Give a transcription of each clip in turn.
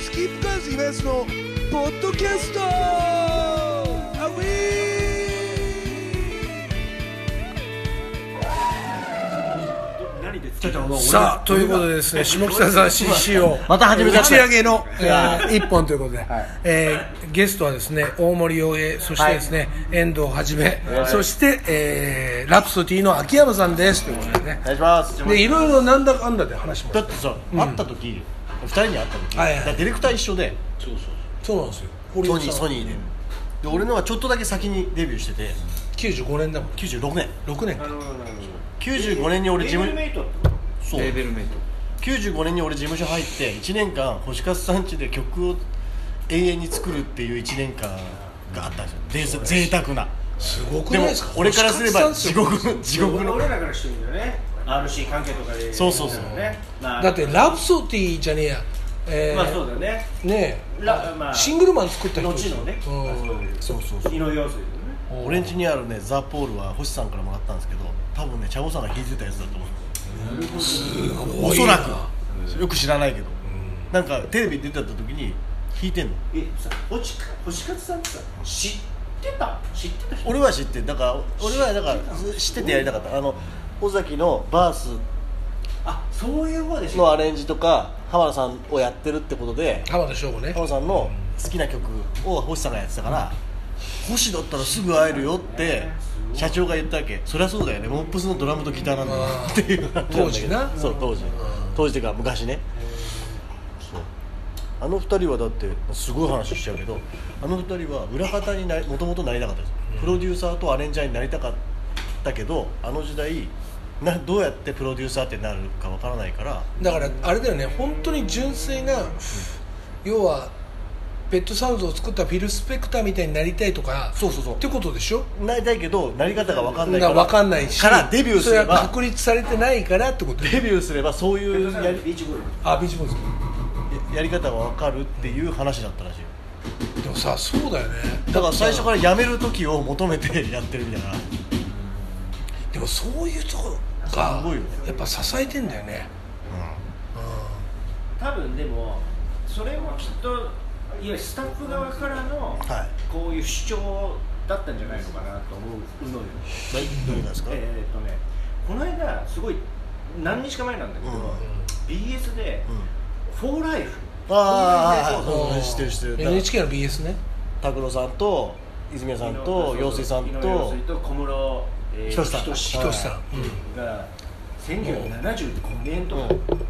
スキップカーズイベンスのポッドキャストアウィさあということでですね下北沢 CC をまた始めた打ち上げの、えー、一本ということで、えーゲストはですね大森洋平そしてですね、遠藤はじめ、そして、えーラプソディの秋山さんですということでねお願いしますでいろいろなんだかんだで話しまだしってさ、会った時二人に会った時、はいはいだからディレクター一緒でたそうなんですよ堀ソ尾ニーさソんニーで,、で俺のはちょっとだけ先にデビューしてて95年だもん96年6年か95年に俺事務そうレーベルメイト95年に俺事務所入って1年間星勝さん家で曲を永遠に作るっていう1年間があったんですよで贅沢なすごくでないもですか俺からすれば地獄の地獄の俺らからしてみるとね RC 関係とかでそうそうそうねまあだってラプソディじゃねえや、えーまあそうだねねえラまあシングルマン作った人後のねうんそうそうそう井上陽水のね俺ん家にあるねザ・ポールは星さんからもらったんですけど多分ね茶坊さんが弾いてたやつだと思うおそらくよく知らないけどなんかテレビ出てた時に弾いてんのえさ星か星勝さんってさ知ってた知ってた人俺は知ってるだから俺はだから知っててやりたかったあの尾崎のバースあそういう方でしのょアレンジとか浜田さんをやってるってことで浜田省吾ね浜田さんの好きな曲を星さんがやってたから星だったらすぐ会えるよって社長が言ったわけそりゃそうだよねモップスのドラムとギターなんだあーっていう話んだけど当時なそう当時当時っていうか昔ねそうあの二人はだってすごい話しちゃうけどあの二人は裏方になもともとなりたかったですプロデューサーとアレンジャーになりたかったけどあの時代などうやってプロデューサーってなるかわからないからだからあれだよね本当に純粋な、要はペットサウンドを作ったフィル・スペクターみたいになりたいとかそうそうそうってことでしょなりたいけどなり方がわかんないから分かんないしからデビューすれそはば確立されてないからってことデビューすればそういうやりビーチボールあビーチボーイズやり方がわかるっていう話だったらしいよでもさそうだよねだから最初から辞める時を求めてやってるみたいなでもそういうとこがすごいよねやっぱ支えてんだよね多分でもそれもきっといわゆるスタッフ側からはのいこういう主張だったんじゃないのかなと思うのよどういうのですか、えーっとねこの間すごい何日か前なんだけど、うん BS で「フォーライフ」あーフォーライフうん知ってる知ってる NHK の BS ね拓郎さんと泉谷さんと井上陽水さん井上陽と水と小室、えひとしさんひひととししさん、うんが1975年とか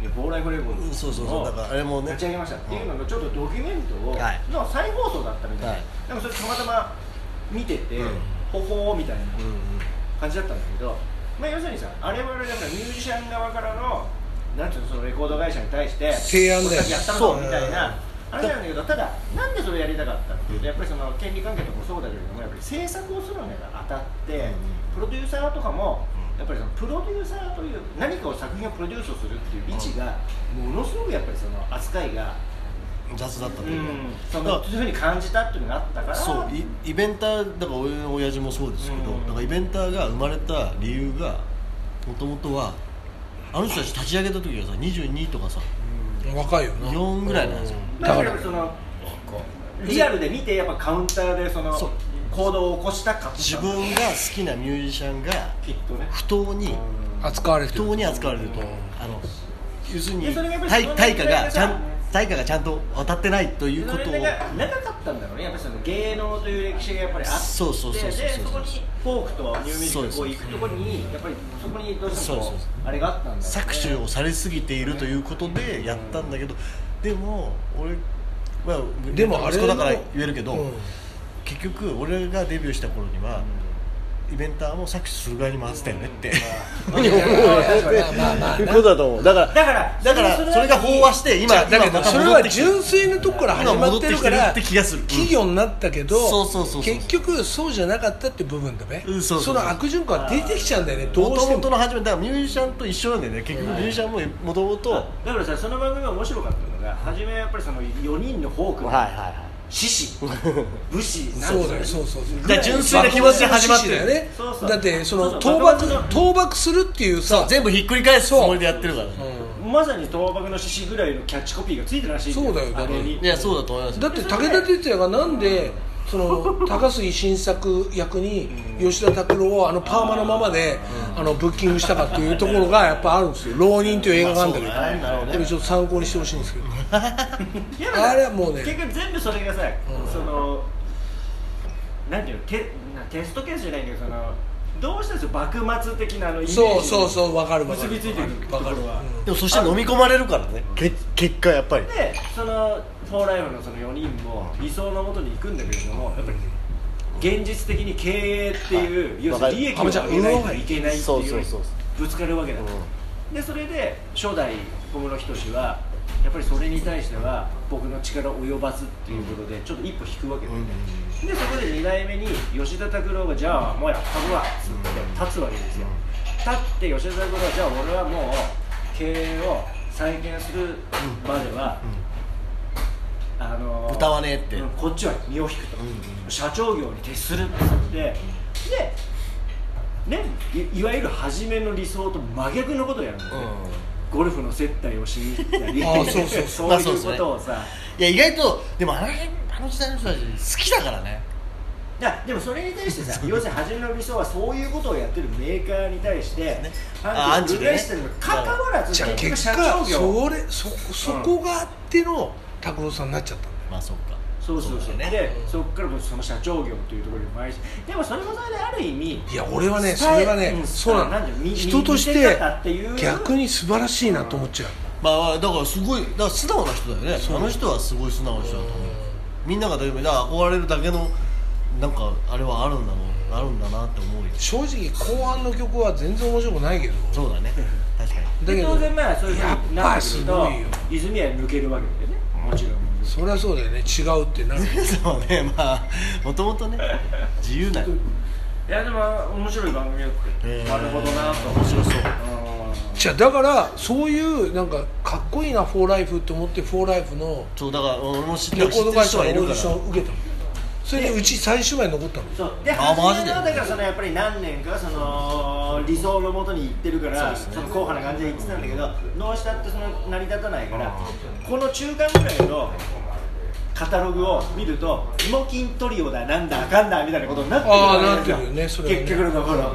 に「フォーライフレコード」うんそうそうそうだからあれもね立ち上げましたっていうのがちょっとドキュメントをはいの再放送だったみたいな、はいでもそれたまたま見てて、うんほほーみたいなうん感じだったんだけど、まあ、要するにさあれはあれだからミュージシャン側からのなんていうのそのレコード会社に対して提案だよね俺たちやったそのうみたいなあれなんだけどただなんでそれやりたかったっていうとやっぱりその権利関係とかもそうだけれどもやっぱり制作をするのに当たって、プロデューサーとかもやっぱりそのプロデューサーという何かを作品をプロデュースをするっていう位置がものすごくやっぱりその扱いが、うん雑だったとういうんか、そだのかそういうふうに感じたっていうのがあったかららそうイイベンターだから俺の親父もそうですけど、うんだからイベンターが生まれた理由がもともとはあの人たち立ち上げた時がさ22とかさ若いよな4ぐらいなんですよ、うんだだかかららそのリアルで見てやっぱカウンターでそのそう行動を起こしたかった自分が好きなミュージシャンがきっとね不当に扱われ不てる当に扱われてると、うんあの要するいやにそれがやっぱり対その対価がちゃそんの対価がちゃんと渡ってないというそこれとをが長かったんだろうねやっぱりその芸能という歴史がやっぱりあってそうそうそうそうそうでそこにフォークとニューミュージックがこう行くとこにやっぱりそこにどうしてそうもこそうそううあれがあったんだろうね搾取をされすぎているということでやったんだけど、でも俺まあでもあれ息子だから言えるけど、うん結局俺がデビューした頃には、イベンターも搾取する側に回ってたよねって、まあ確かにまあまあ いうことだと思うだからだからだからそれが飽和して今じゃあだけ今どまたそれ戻っはてきて純粋なとこから始まってるか今戻らってきてるって気がするうん企業になったけどそうそうそうそう結局そうじゃなかったって部分だねうんそうそうそうの悪循環は出てきちゃうんだよねどもうしとてもともの始めだからミュージシャンと一緒なんだよね結局ミュージシャンももともとはいだからさその番組が面白かったのが初めはやっぱりその4人のフォークのはいはい 獅子武士なんそうてだよそうそうそうだから純粋な気持ちで始まってるだよねそうそうだってそのそう倒そう幕倒幕するっていうさ全部ひっくり返すつもりでやってるからねもまさに倒幕の獅子ぐらいのキャッチコピーがついてるらしいそうだよだあってれにいやそうだと思いますだって武田鉄矢がなんでその高杉晋作役に吉田拓郎をあのパーマのままであのブッキングしたかっていうところがやっぱあるんですよ「浪人」という映画があるんだけどまあそうだねなるほどねこれちょっと参考にしてほしいんですけどいやだからあれはもうね結局全部それがさ、そのなんていうのテなテストケースじゃないけどそのどうしてですよ幕末的なあのイメージそうそうそうわかるわか結るびついてるところは、でもそして飲み込まれるからねけ結果やっぱりでそのフォーライフのその4人も理想のもとに行くんだけれどもやっぱり現実的に経営っていう、要するに利益を上げないといけないってそういそううそうぶつかるわけだ、でそれで初代小室仁はやっぱりそれに対しては僕の力を及ばずっていうことでちょっと一歩引くわけだよね、でそこで2代目に吉田拓郎がじゃあもうやったるわっつって立つわけですよ立って吉田拓郎はじゃあ俺はもう経営を再建するまでは、あのー歌わねえってうんこっちは身を引くと、社長業に徹するって言ってでね、いいわゆる初めの理想と真逆のことをやるんだよね、ゴルフの接待をしに行ったりあーそうそうそう そういうことをさいや意外とでもあの辺あの時代の人たち好きだからねいやでもそれに対してさ要するに初めの理想はそういうことをやってるメーカーに対してねあアンチをアンチでね返してるのかかわらずじゃあ結局結社果長業それそそこがあっての拓郎さんになっちゃったんだよまあそっかそうそうそうだねでそこからもうその社長業というところに毎日でもそれもそれである意味いや俺はね伝えそれがねんそうななんていうのの見人とし見せて方っていう逆に素晴らしいなと思っちゃうまあだからすごいだから素直な人だよねあの人はすごい素直な人だと思うみんながだから憧れるだけのなんかあれはあるんだろうあるんだなって思うよ正直後半の曲は全然面白くないけどそう だね確かにだけでど当然まあそういうふうやにっなぱってくするごといよ泉は抜けるわけだよねもちろんそりゃそうだよね違うってなるそうねまあもともとね自由な、いやでも面白い番組だってなるほどなと面白そうじゃあだからそういうなんかかっこいいな「フォーライフって思って「フォーライフのそうだから俺も知ってレるコード知ってる人会社はのいオーるかディショらン受けたのそれでうち最終まで残ったのそうであマジ初めではだからそのやっぱり何年かその理想のもとに行ってるからそ,、の硬派な感じで行ってたんだけどどうしたってその成り立たないからこの中間ぐらいのカタログを見ると「芋筋トリオだなんだあかんだ」みたいなことになってるああわなっけてでするよねそれはね結局のところ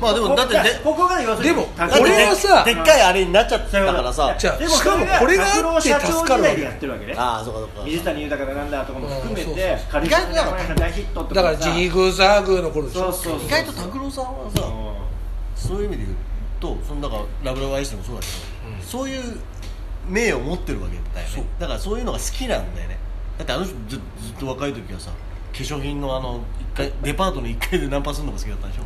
まあでもだってねここがここが要するにでもだっだてって俺はねさでっかいあれになっちゃったからさじゃあでもそしかもこれがあって助かるわけ拓郎社長時代でやってるわけねああそうかそうか水谷豊がなんだとかも含めうんそうてカリフォルニアのなんか大ヒットってだからジーグザーグーの頃でしそうょそうそう意外と拓郎さんはさそういう意味で言うとそのだからラブラブアイスでもそうだけど、そういう名誉を持ってるわけだよねだからそういうのが好きなんだよねだってあの人ずずっと若い時はさ化粧品のあの一回デパートの1階でナンパするのが好きだったんでしょ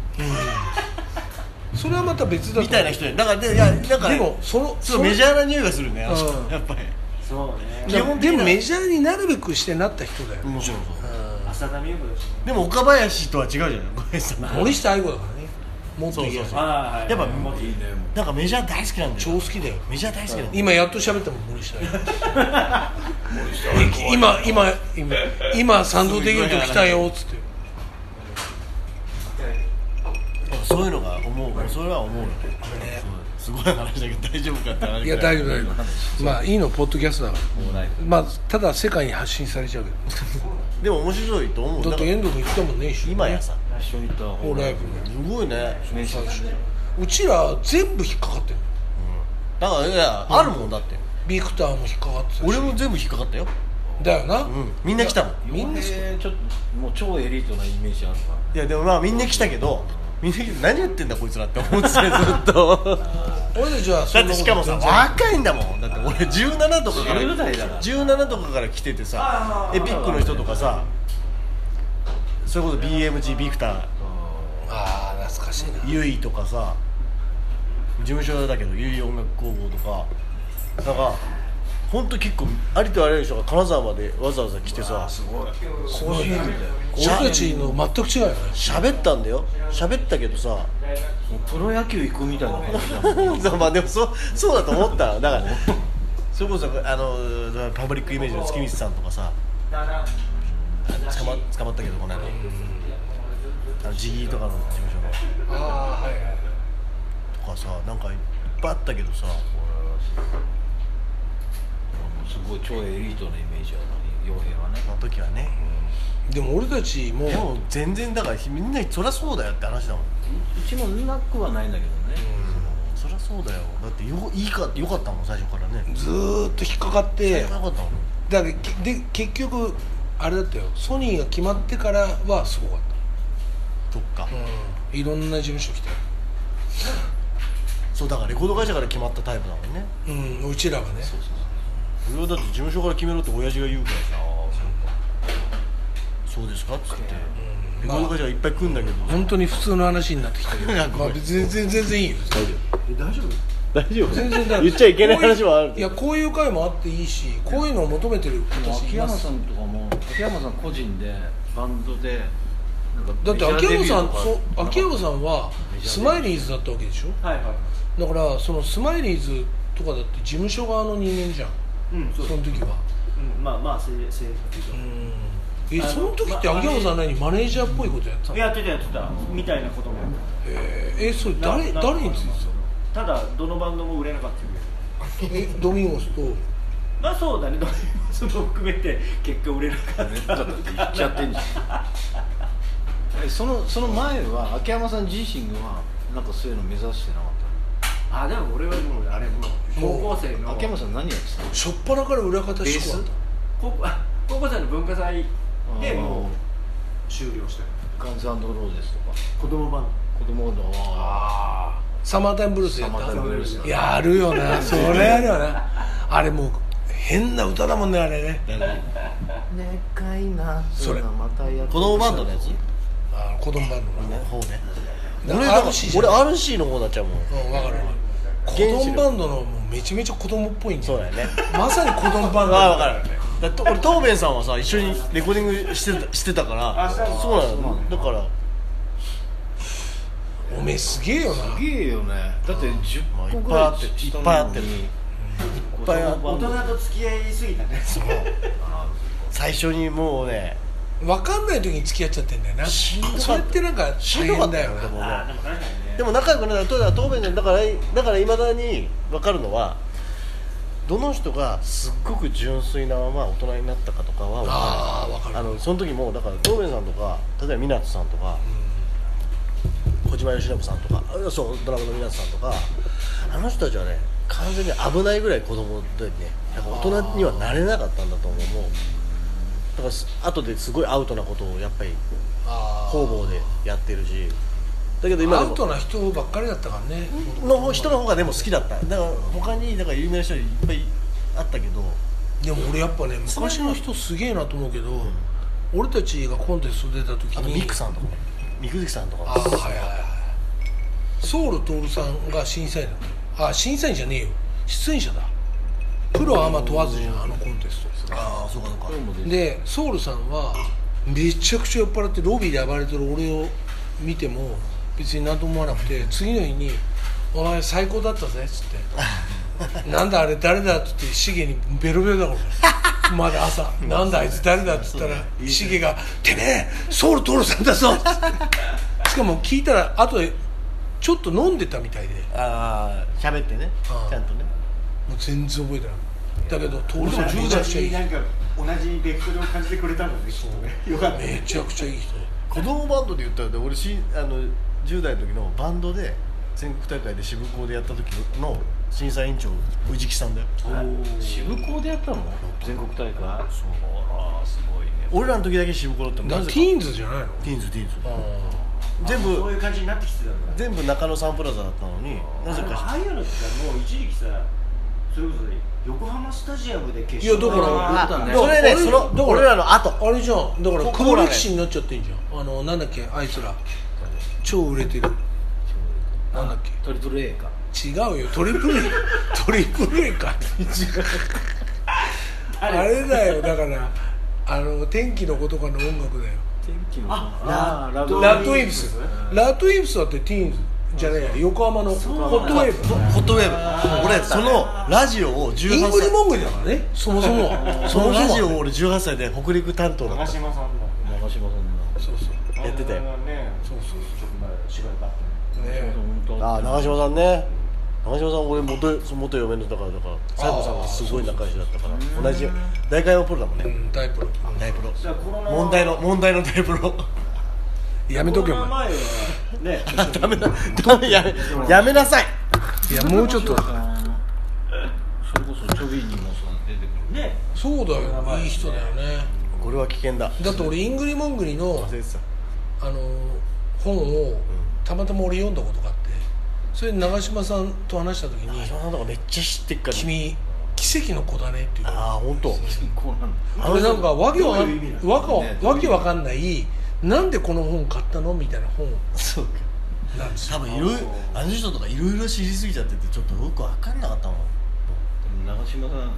それはまた別だみたいな人やだからでいやだからでもそのそうそのメジャーな匂いがするねあの人うんやっぱりそうね基本的でにもはメジャーになるべくしてなった人だよねもちろんそう浅田美代子だしでも岡林とは違うじゃない岡林さん森下愛子だからねもっと言えそうそうばあやっぱもういいねなんかメジャー大好きなんだ超よ好きだよメジャー大好きなんだよ今やっと喋ったもん森下愛子今今今今賛同できると来たよっつってそういうのが思うそれは思うよねそうすごい話だけど大丈夫かって話いや大丈夫大丈夫まあいいのポッドキャストだから夫まあただ世界に発信されちゃうけでも面白いと思うどだっなてんか遠藤君言ったもんね一緒に今やさ一緒に行ったフォーライブすごいねうちら全部引っかかってるだからいやあるもんだってビクターも引っかかってたし俺も全部引っかかったよだよな、うんみんな来たもんみんなそうえーちょっともう超エリートなイメージあるからいやでもまあみんな来たけどみんな来て何言ってんだこいつらって思ってたよずっと俺たちはそだんってなこしとかもさ全然若いんだもんだって俺17とかから10代だから17とかから来ててさエピックの人とかさそれこそ BMG ビクターああ懐かしいなゆいとかさ事務所だけどゆい音楽工房とかなんか本当結構ありとあらゆる人が金沢までわざわざ来てさすごい俺たちの全く違うよね喋ったんだよ喋ったけどさもうプロ野球行くみたいな感じだもんまあでも そうそうだと 思っただからそれこそあのパブリックイメージの月道さんとかさ捕ま捕まったけどこの間あのジギーとかの事務所のああはいとかさなんかいっぱいあったけどさほしいすごい超エリートなイメージあるのに洋平はねの時はねでも俺たちもでも全然だからみんなそりゃそうだよって話だもん、うちもなくはないんだけどねそりゃそうだよだってよいいかよかったもん最初からねずーっと引っかかってよかったもんだからけで結局あれだったよソニーが決まってからはすごかっそっか、た、うん、いろんな事務所来てそうだからレコード会社から決まったタイプだもんねうんうちらがね俺はだって事務所から決めろって親父が言うからさそうですかっつって、レコード会社がいっぱい来るんだけど、本当に普通の話になってきたけ どま あ別に全然全然いいよ大丈夫全然だ言っちゃいけない話もあるいやこういう回もあっていいしこういうのを求めてるで人も秋いま山すさんとかも秋山さん個人でバンドでだって秋山さんそう秋山さんさんはメジャースデビューマイリーズだったわけでしょはいはいだからそのスマイリーズとかだって事務所側の人間じゃんうんそうその時はうんまあまあせせうんえあのその時ってま秋山さん何マネージャーっぽいことやってたのやってたやってたみたいなこともやってえそれた誰な誰についてただどのバンドも売れなかったけどたのえドミンゴスとまあそうだね、ドリームスも含めて結果売れなかっ。めっちゃだって言っちゃってんじゃんえそのその前は秋山さん自身はなんかそういうの目指してなかったあ、でも俺はもうあれもう高校生たのの秋山さん何やってたの初っ端から裏方ベー志向スだった高校あ高校生の文化祭であーもう終了したよ。ガンズローゼスとか子供版。子供のあサマータイムブルースやっサマータイたムブルースやる よなそれやるよな あれもう変な歌だもんねあれねーねかいなそそういれうのまたやって子供バンドのやつあの子供バンドのね方ねだ俺からだから RC じゃ俺ない RC の方になっちゃうもんうん分かる原子力子供バンドのもうめちゃめちゃ子供っぽいんだそうよだよねまさに子供バンドああ分かるだって俺東弁さんはさ一緒にレコーディングしてたしてたからあそうなのそうなのだからおめえすげえよなすげえよねだってまあ10い個っぐぱいあらっいて下なのにいっぱいあってるいっぱいあって大人と付き合いすぎたね。最初にもうね分かんない時に付き合っちゃってんだよなしんどかったそれってなんかし大んどかっ変ただよよでなもあ、ねでも確かにね。でも仲良くなったら東弁さんだからだからいまだに分かるのはどの人がすっごく純粋なまま大人になったかとかは分かるああ分かあるのその時もだから東弁さんとか例えば湊さんとか、小島よしのぶさんとかあそうドラマの湊さんとかあの人たちはね完全に危ないぐらい子供でねなんか大人にはなれなかったんだと思うもうだからす後ですごいアウトなことをやっぱりあ方々でやってるしだけどー今アでウもトな人ばっかりだったからねの方人の方がでも好きだっただから他にだから有名な人いっぱいあったけどでも俺やっぱね昔の人すげえなと思うけど俺たちがコンテスト出た時にあとミクさんとかねミクさんとかああはいはいはいソウル徹さんが審査員なのあ審査員じゃねえよ出演者だプロアマ問わずじゃんあのコンテストああそうかそうかでソウルさんはめちゃくちゃ酔っ払ってロビーで暴れてる俺を見ても別に何とも思わなくて次の日に「お前最高だったぜ」っつって「なんだあれ誰だ?」っつってシゲにベロベロだからまだ朝「なんだあいつ誰だ?」っつったらシゲが「てめえソウル徹さんだぞ」っつってしかも聞いたらあとでちょっと飲んでたみたいでもああ喋ってねあーちゃんとねう全然覚えてないだけど徹さん同めちゃくちゃいじいなんか同じベクトルを感じてくれたもんね。きっとね。よかったね。めちゃくちゃいい人子供バンドで言ったらね俺しあの10代の時のバンドで全国大会で渋港でやった時の審査委員長藤木さんだよ渋港でやったの全国大会そうあらすごいね俺らの時だけ渋港だったもんだなかぜらかティーンズじゃないのティーンズティーンズあー全そう部いう感じになってきてたんだ。全部中野サンプラザだったのになぜあかあいうのってさもう一時期さそれこそ横浜スタジアムで決いやだ勝からあーだからそれねあそのだから俺らの後あれじゃんだからここ黒らね歴史になっちゃってんじゃんあのなんだっけあいつら超売れてるなんだっけトリプル A か違うよトリプル トリプル A か あれだよだからあの天気の子とかの音楽だよ天気のあラッドラッドウィープスラッドウィープスだってティーンズじゃねえや横浜のホットウェーブホットウェーブ俺そのラジオをイン18グリ歳モングリだからねそもそもそのラジオそもを俺18歳で北陸担当だ長った嶋さんの長嶋さんだそうそうやってたよあれはねそうそうちょっと前白いバッグね本当ああ長嶋さんね長嶋さん俺元その元嫁のだからだから佐弥子さんがすごい仲良しだったからそうそうそう同じ大会はプロだもんうねん、大プロ大プロじゃあコロナ問題の問題の大プロやめとけコおロナ前前はね ダメだダメやめやめなさいいやもうちょっとそれこそチョビにもさ出てくるねそうだよいい人だよねこれは危険だだって俺イングリモングリの忘れてたあの本をたまたま俺読んだことがあってそれで長嶋さんと話した時長に嶋さんとかめっちゃ知ってっか「ら君奇跡の子だね」っていうああ本当こうなんだあ俺なんかわけわかどういう意味なのんわかねわけわかんないなんでこの本買ったのみたいな本そうかなんです多よ分いろいろあの人とかいろいろ知りすぎちゃっててちょっとよく分かんなかったもんでも長嶋さんい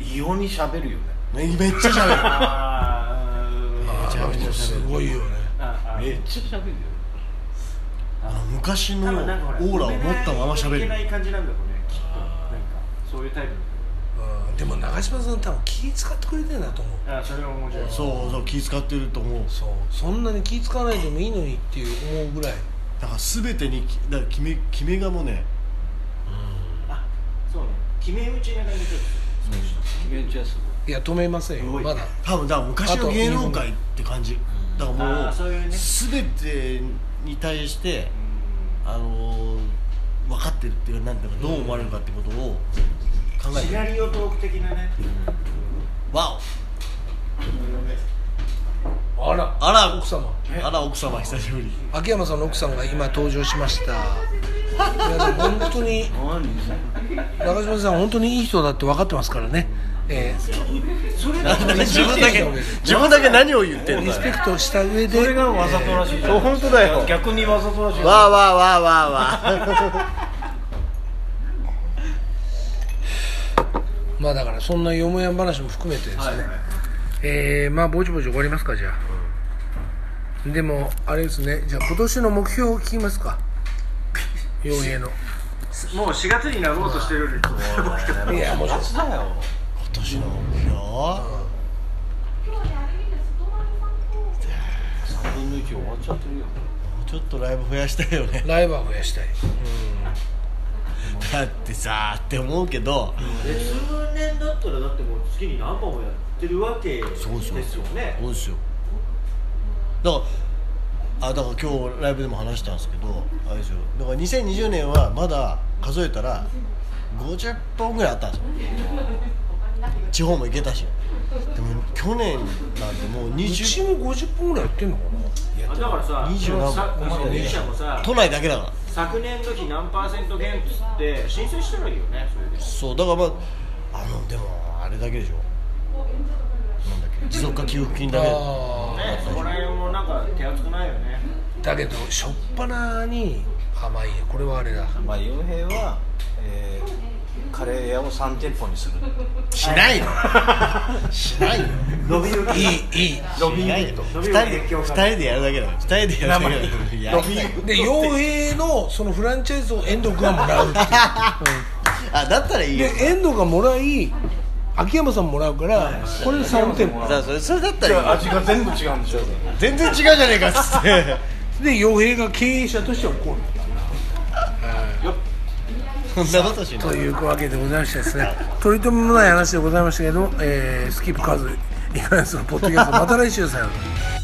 異様に喋るよねめっちゃ喋るああめちゃめちゃ喋ーるすごいよねーあめーっちゃ喋るよあの昔のオ多分なんかほらーラを持ったまま喋いけるない感じなんだろうねきっとあーなんかそういうタイプうんでも長嶋さん多分気使ってくれてるなと思うあーそれは面白いそうそう気遣ってると思うそうそんなに気使わないでもいいのにっていう思うぐらいだから全てにきだから決め決めがもうねあそうね決め打ちな感じちょっ決め打ちはすいや止めませんよすごいまだ多分だから昔の芸能界って感じだかあらーもそうういうね全てに対してとうんあのー分かってるっていうかなんていうかどう思われるかってことを考えシてナるリオトーク的なねわあらおあら奥様あら奥様久しぶり秋山さんの奥さんが今登場しましたいやでも本当にごい何中島さん本当にいい人だって分かってますからね、えそれだ ー、 自分だけリス 自分だけ何を言ってんだペクトした上でそれがわざとらしいじゃん、そう本当だよ逆にわざとらしいわあわあわあわあわあまあだからそんなよもやん話も含めてですね、えー、まあぼちぼち終わりますかじゃあでもあれですねじゃあ今年の目標を聞きますか洋平のもう4月になろうとしてるいやもう夏だよ今年の目標3分の1終わっちゃってるよちょっとライブ増やしたいよねライバー増やしたいだってさーって思うけどで数年だったらだってもう月に何本もやってるわけですよねそうですよだからあだから今日ライブでも話したんですけどあれですよだから2020年はまだ数えたら50本ぐらいあったんですよ地方も行けたしでも去年なんてもううち20も50分ぐらいやってんのかあだからさ20そのさ何本そのミュージシャンもさ都内だけだから昨年の日何パーセント減っつって申請してるわけよねそれでそうだからまああのでもあれだけでしょなんだっけ持続化給付金だなけあねそこら辺もなんか手厚くないよねーだけどしょっぱなにあまあいいやこれはあれだまあ傭兵は、えー、カレー屋を3店舗にするしないのしないの伸びるいいいいしないの2人伸びるで二人でやるだけだから2人でやるだけだからいやで傭兵のそのフランチャイズを遠藤君がもらうっていうあだったらいいよで遠藤がもらい秋山さんもらうからこれ3店舗だからそれそれだったらいいよ味が全部違うんでしょ全然違うじゃねえかっつってで傭兵が経営者として怒るそんなことしないというわけでございましてですね取り留めもない話でございましたけど、えースキップカーズイカヤスのポッドキャストまた来週さようなら